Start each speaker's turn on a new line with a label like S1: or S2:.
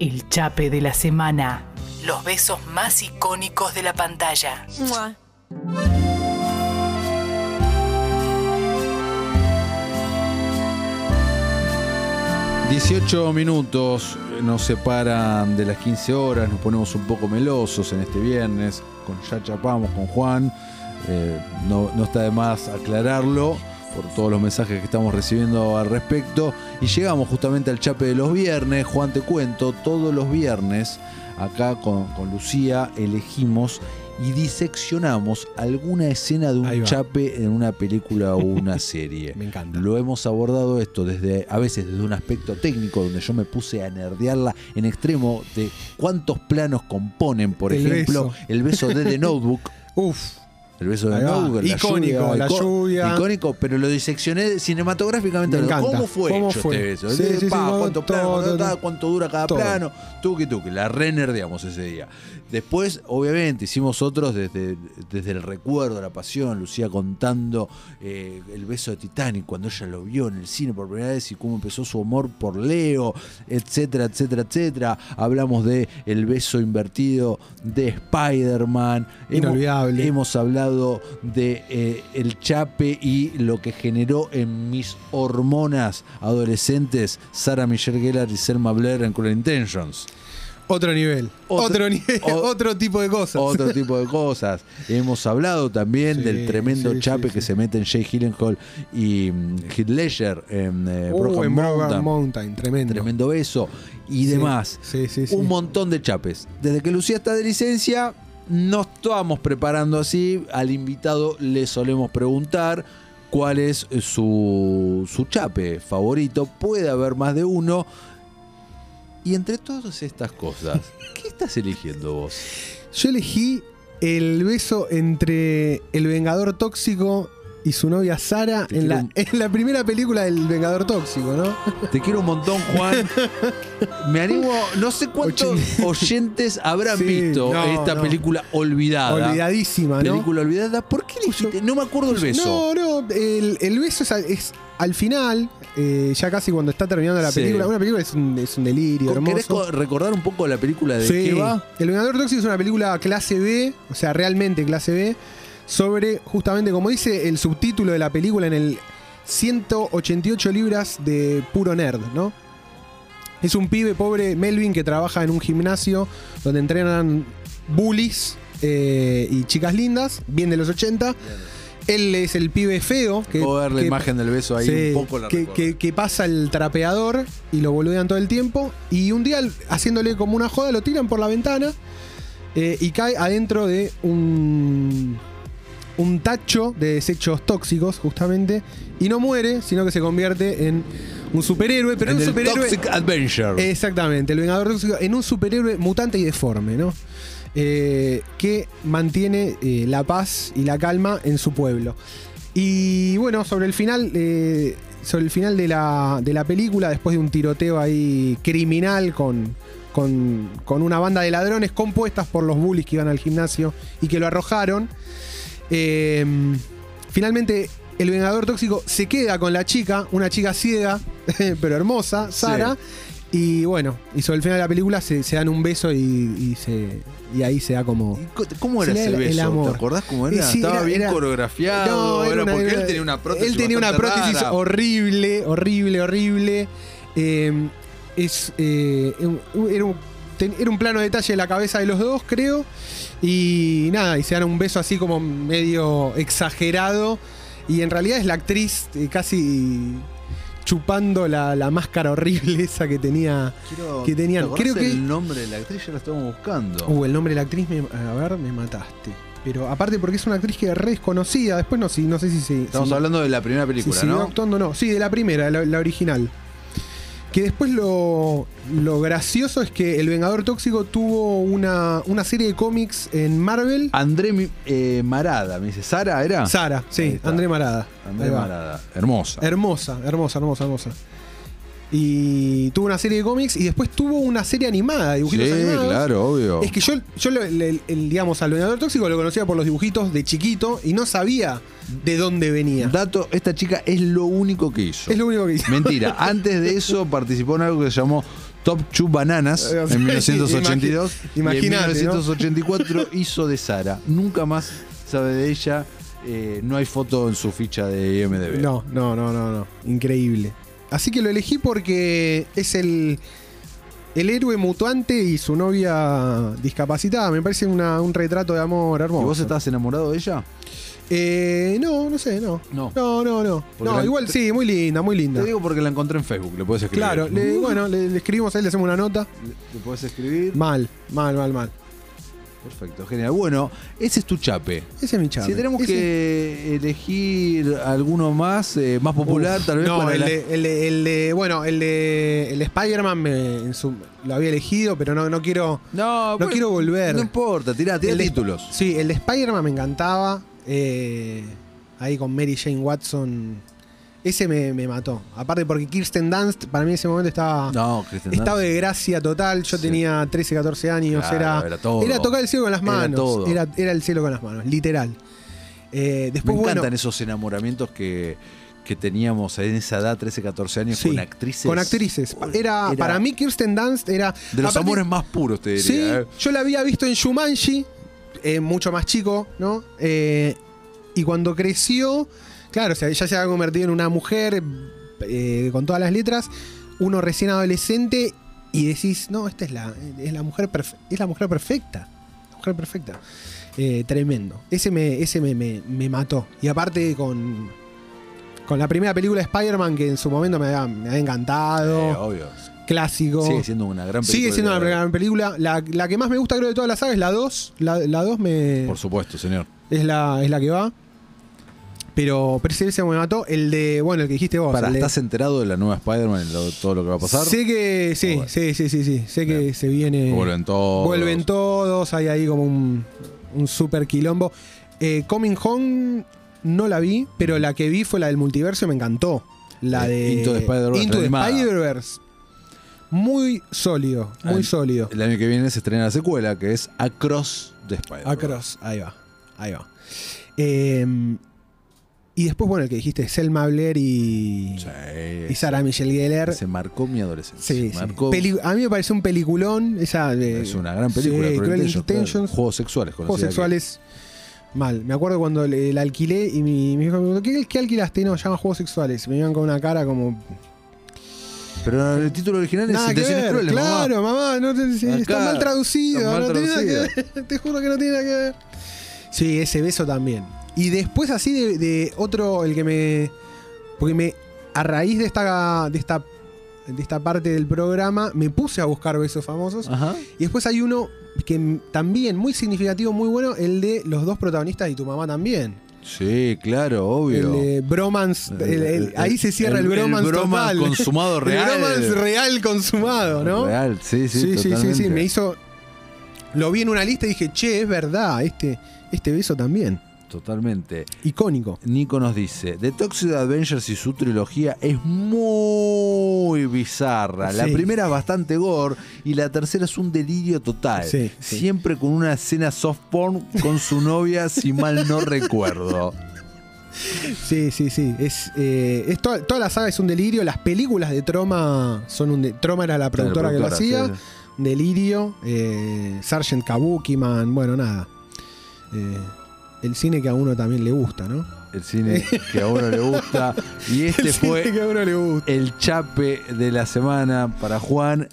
S1: El chape de la semana. Los besos más icónicos de la pantalla.
S2: Mua.
S3: Bueno. 18 minutos eh, nos separan de las 15 horas, nos ponemos un poco melosos en este viernes, con ya chapamos con Juan, eh, no, no está de más aclararlo por todos los mensajes que estamos recibiendo al respecto. Y llegamos justamente al chape de los viernes. Juan, te cuento, todos los viernes acá con, con Lucía elegimos y diseccionamos alguna escena de
S4: Ahí
S3: un
S4: va.
S3: chape en una película o una serie.
S4: Me encanta.
S3: Lo hemos abordado esto desde a veces desde un aspecto técnico donde yo me puse a nerdearla en extremo de cuántos planos componen, por
S4: El
S3: ejemplo,
S4: beso.
S3: el beso de The Notebook.
S4: Uf.
S3: El beso de
S4: Ahí va.
S3: Nowell, la
S4: Icónico,
S3: lluvia,
S4: la lluvia.
S3: Icónico, pero lo diseccioné cinematográficamente.
S4: Me encanta.
S3: ¿Cómo fue
S4: ¿Cómo
S3: hecho
S4: fue?
S3: este beso?
S4: Sí,
S3: Eh,
S4: sí, sí,
S3: pa,
S4: no,
S3: ¿Cuánto
S4: todo,
S3: plano?
S4: todo,
S3: ta, ¿Cuánto dura cada
S4: todo.
S3: plano? Tuki tuki, la renerdeamos ese día. Después, obviamente, hicimos otros desde, desde el recuerdo, la pasión. Lucía contando eh, el beso de Titanic cuando ella lo vio en el cine por primera vez y cómo empezó su amor por Leo, etcétera, etcétera, etcétera. Hablamos de el beso invertido de Spider-Man. Hemos-
S4: Inolvidable.
S3: Hemos hablado de eh, el chape y lo que generó en mis hormonas adolescentes Sara Michelle Gellar y Selma Blair en Cruel Intentions.
S4: Otro nivel.
S3: Otro-
S4: Otro, nivel.
S3: o-
S4: otro tipo de cosas.
S3: Otro tipo de cosas. Hemos hablado también
S4: Sí,
S3: del tremendo
S4: sí,
S3: chape
S4: sí,
S3: que
S4: sí.
S3: se mete en Jay Gyllenhaal y mm, Heath Ledger en eh,
S4: Uh,
S3: Broken
S4: en Broken
S3: Mountain.
S4: Mountain, tremendo.
S3: Tremendo beso y
S4: Sí,
S3: demás.
S4: Sí, sí, sí.
S3: un montón de chapes. Desde que Lucía está de licencia, no estamos preparando así. Al invitado le solemos preguntar cuál es su, su chape favorito. Puede haber más de uno. Y entre todas estas cosas, ¿qué estás eligiendo vos?
S4: Yo elegí el beso entre el Vengador Tóxico y su novia Sara
S3: Te
S4: en la,
S3: quiero
S4: en la primera película del Vengador Tóxico, ¿no?
S3: Te quiero un montón, Juan. Me animo, no sé cuántos oyentes habrán
S4: Sí,
S3: visto
S4: no,
S3: esta
S4: no.
S3: película olvidada.
S4: Olvidadísima, ¿no?
S3: Ah, Película olvidada. ¿Por qué elegiste? No me acuerdo el beso.
S4: No, no, el, el beso es, al- es al final, eh, ya casi cuando está terminando la
S3: Sí.
S4: película. Una película es un, es un delirio
S3: ¿Querés
S4: hermoso.
S3: co- recordar un poco la película de
S4: Sí.
S3: qué va?
S4: El Vengador Tóxico es una película clase B, o sea, realmente clase B, sobre, justamente como dice el subtítulo de la película en el 188 libras de puro nerd, ¿no? Es un pibe pobre, Melvin, que trabaja en un gimnasio donde entrenan bullies eh, y chicas lindas, bien de los 80. Él es el pibe feo. Que,
S3: Puedo ver la
S4: que-
S3: imagen del beso ahí,
S4: Sí,
S3: un poco la
S4: que,
S3: recuerdo.
S4: que- que pasa el trapeador y lo boludean todo el tiempo. Y un día, haciéndole como una joda, lo tiran por la ventana eh, y cae adentro de un, un tacho de desechos tóxicos, justamente. Y no muere, sino que se convierte en un superhéroe. Pero
S3: En
S4: un
S3: el
S4: superhéroe.
S3: Toxic Adventure.
S4: Exactamente, el Vengador Tóxico en un superhéroe mutante y deforme, ¿no? Eh, que mantiene eh, la paz y la calma en su pueblo. Y bueno, sobre el final, eh, sobre el final de la, de la película, después de un tiroteo ahí criminal con, con, con una banda de ladrones compuestas por los bullies que iban al gimnasio y que lo arrojaron, eh, finalmente el Vengador Tóxico se queda con la chica, una chica ciega, pero hermosa, Sara. Y bueno, y sobre el final de la película se, se dan un beso y, y se, y ahí se da como...
S3: ¿Y co- ¿Cómo era
S4: Sí,
S3: ese
S4: el- el
S3: beso?
S4: amor.
S3: ¿Te acordás cómo era?
S4: Y sí,
S3: Estaba
S4: era-
S3: bien
S4: era-
S3: coreografiado.
S4: No, era
S3: era
S4: una-
S3: porque
S4: era-
S3: él tenía una prótesis.
S4: Él tenía una
S3: bastante
S4: prótesis
S3: rara.
S4: horrible, horrible, horrible. Eh, es, eh, un- era, un, ten- era un plano de detalle de la cabeza de los dos, creo. Y nada, y se dan un beso así como medio exagerado. Y en realidad es la actriz eh, casi chupando la, la máscara horrible esa que tenía.
S3: Quiero-
S4: que tenían.
S3: ¿te acordás
S4: Creo que-
S3: el nombre de la actriz ya la estamos buscando.
S4: Uh, el nombre de la actriz, me- a ver, me mataste. Pero aparte porque es una actriz que es re desconocida, después no, si- no sé si se...
S3: Estamos
S4: si-
S3: hablando de la primera película,
S4: si siguió
S3: ¿no?
S4: actuando no. Sí, de la primera, la, la original. Que después lo, lo gracioso es que El Vengador Tóxico tuvo una, una serie de cómics en Marvel.
S3: André Mi- eh, Marada, me dice. ¿Sara era?
S4: Sara,
S3: Ahí
S4: sí,
S3: está.
S4: André Marada.
S3: André
S4: Ahí va.
S3: Marada. Hermosa.
S4: Hermosa, hermosa, hermosa, hermosa. Y tuvo una serie de cómics y después tuvo una serie animada, dibujitos
S3: sí,
S4: animados.
S3: claro, obvio.
S4: Es que yo, yo lo- el, el- el, digamos, al Vengador Tóxico lo conocía por los dibujitos de chiquito y no sabía de dónde venía.
S3: Dato, esta chica es lo único que hizo.
S4: es lo único que hice.
S3: Mentira, antes de eso participó en algo que se llamó Top Chu Bananas
S4: Eh, o sea,
S3: en 1982 y en
S4: imagínate,
S3: 1984 hizo de Sara. Nunca más sabe de ella. eh, no hay foto en su ficha de IMDb.
S4: No, no, no, no, no. Increíble. Así que lo elegí porque es el, el héroe mutante y su novia discapacitada. Me parece una- un retrato de amor
S3: ¿Y
S4: hermoso.
S3: vos estabas enamorado de ella?
S4: Eh, no, no sé, no.
S3: No.
S4: No, no, no.
S3: Porque
S4: No,
S3: la-
S4: igual sí, muy linda, muy linda.
S3: Te digo porque la encontré en Facebook, le puedes escribir.
S4: Claro, le-
S3: Uh,
S4: bueno, le, le escribimos ahí, le hacemos una nota.
S3: le puedes escribir.
S4: Mal, mal, mal, mal.
S3: Perfecto, genial. Bueno, ese es tu chape.
S4: Ese es mi chavo.
S3: Si tenemos
S4: Ese-
S3: que elegir alguno más, eh, más popular,
S4: Uf,
S3: tal vez
S4: No,
S3: para
S4: el,
S3: la-
S4: de, el de- el de- Bueno, el de, el de Spider-Man me- en su- lo había elegido, pero no, no quiero.
S3: No,
S4: No quiero volver.
S3: No importa, tirá, tirá
S4: el de-
S3: títulos.
S4: Sí, el de Spider-Man me encantaba. eh, ahí con Mary Jane Watson. Ese me, me mató. Aparte porque Kirsten Dunst, para mí en ese momento estaba.
S3: No, Cristian.
S4: Estado de gracia total, yo
S3: Sí.
S4: tenía 13, 14 años,
S3: Claro,
S4: era,
S3: era todo.
S4: era tocar el cielo con las
S3: Era todo.
S4: manos, era, era el cielo con las manos, literal. Eh,
S3: Me
S4: después,
S3: encantan
S4: bueno,
S3: esos enamoramientos que, que teníamos en esa edad, 13, 14 años,
S4: sí,
S3: con actrices.
S4: Con actrices. Era,
S3: Era-
S4: para mí Kirsten Dunst era...
S3: De los
S4: aparte-
S3: amores más puros, te diría.
S4: Sí,
S3: ¿eh?
S4: yo la había visto en Shumanji, eh, mucho más chico, ¿no? Eh, y cuando creció, claro, o sea, ya se había convertido en una mujer eh, con todas las letras, uno recién adolescente y decís, no, esta es la, es la, mujer, perfe- es la mujer perfecta. La mujer perfecta. Eh, tremendo. Ese, me, ese me, me- me mató. Y aparte con, con la primera película de Spider-Man que en su momento me había, me había
S3: Eh,
S4: encantado.
S3: obvio.
S4: clásico.
S3: Sigue siendo una gran película.
S4: Sigue siendo una gran película. La, la que más me gusta, creo, de todas las sagas es la 2. La, la 2 me,
S3: Por supuesto, señor.
S4: es, la, es la que va. Pero, pero ese, ese me mató. El de, bueno, el que dijiste vos.
S3: Pará,
S4: el de-
S3: ¿estás enterado de la nueva Spider-Man, lo- todo lo que va a pasar?
S4: Sé que. Sí,
S3: Ah, bueno.
S4: sí, sí, sí, sí. Sé que
S3: Bien.
S4: se viene.
S3: Vuelven todos.
S4: Vuelven todos. Hay ahí como un, un super quilombo. Eh, Coming Home no la vi, pero la que vi fue la del multiverso y me encantó. La
S3: Eh,
S4: de.
S3: Into the Spider-Verse,
S4: Into the
S3: animada.
S4: Spider-Verse. Muy sólido, muy
S3: Al-
S4: sólido.
S3: El año que viene se estrena la secuela, que es Across de Spider-Man.
S4: Across, Ah, ahí va, ahí va. Eh, y después, bueno, el que dijiste, Selma Blair y, y
S3: Sí.
S4: Sarah Michelle Gellar.
S3: Se marcó mi adolescencia.
S4: Sí, sí.
S3: Marcó-
S4: Peli- a mí me parece un peliculón. Esa de,
S3: Es una gran película.
S4: Sí,
S3: Cruel
S4: Cruel
S3: Intentions, claro.
S4: Intentions,
S3: Juegos sexuales. conocida
S4: Juegos
S3: aquí.
S4: sexuales. Mal. Me acuerdo cuando le- la alquilé y mi, mi hijo me preguntó, ¿qué, qué alquilaste? No, llama juegos sexuales. Y me iban con una cara como.
S3: Pero el título original es
S4: Nada que
S3: Intenciones
S4: ver.
S3: Crueles. mamá.
S4: claro, mamá, no te- está
S3: Acá,
S4: mal traducido.
S3: está mal
S4: no tiene nada que
S3: traducido.
S4: ver. Te juro que no tiene nada que ver. Sí, ese beso también. Y después así de, de otro, el que me... Porque me... A raíz de esta, de esta de esta parte del programa me puse a buscar besos famosos.
S3: Ajá.
S4: Y después hay uno que m- también muy significativo, muy bueno, el de los dos protagonistas y tu mamá también.
S3: Sí, claro, obvio.
S4: El eh, de Bromance.
S3: El-
S4: el- el-
S3: el-
S4: ahí se cierra el,
S3: el-
S4: Bromance.
S3: el bromance
S4: total.
S3: consumado real.
S4: El Bromance real consumado, ¿no?
S3: Real, sí, sí.
S4: Sí, sí, sí, sí,
S3: totalmente.
S4: me hizo. Lo vi en una lista y dije, che, es verdad, este, este beso también.
S3: Totalmente.
S4: Icónico.
S3: Nico nos dice, The Toxic Avengers y su trilogía es muy bizarra. La
S4: Sí.
S3: primera es bastante gore y la tercera es un delirio total.
S4: Sí, sí.
S3: Siempre con una escena soft porn con su novia, si mal no recuerdo.
S4: Sí, sí, sí. Es, eh, es toda, toda la saga es un delirio. Las películas de Troma son un de- Troma era la productora,
S3: La
S4: que lo hacía.
S3: sí, sí.
S4: Delirio. Eh, Sargent Kabukiman. Bueno, nada. Eh, el cine que a uno también le gusta, ¿no?
S3: El cine que a uno le gusta. Y este
S4: el cine
S3: fue
S4: que a uno le gusta.
S3: el chape de la semana para Juan.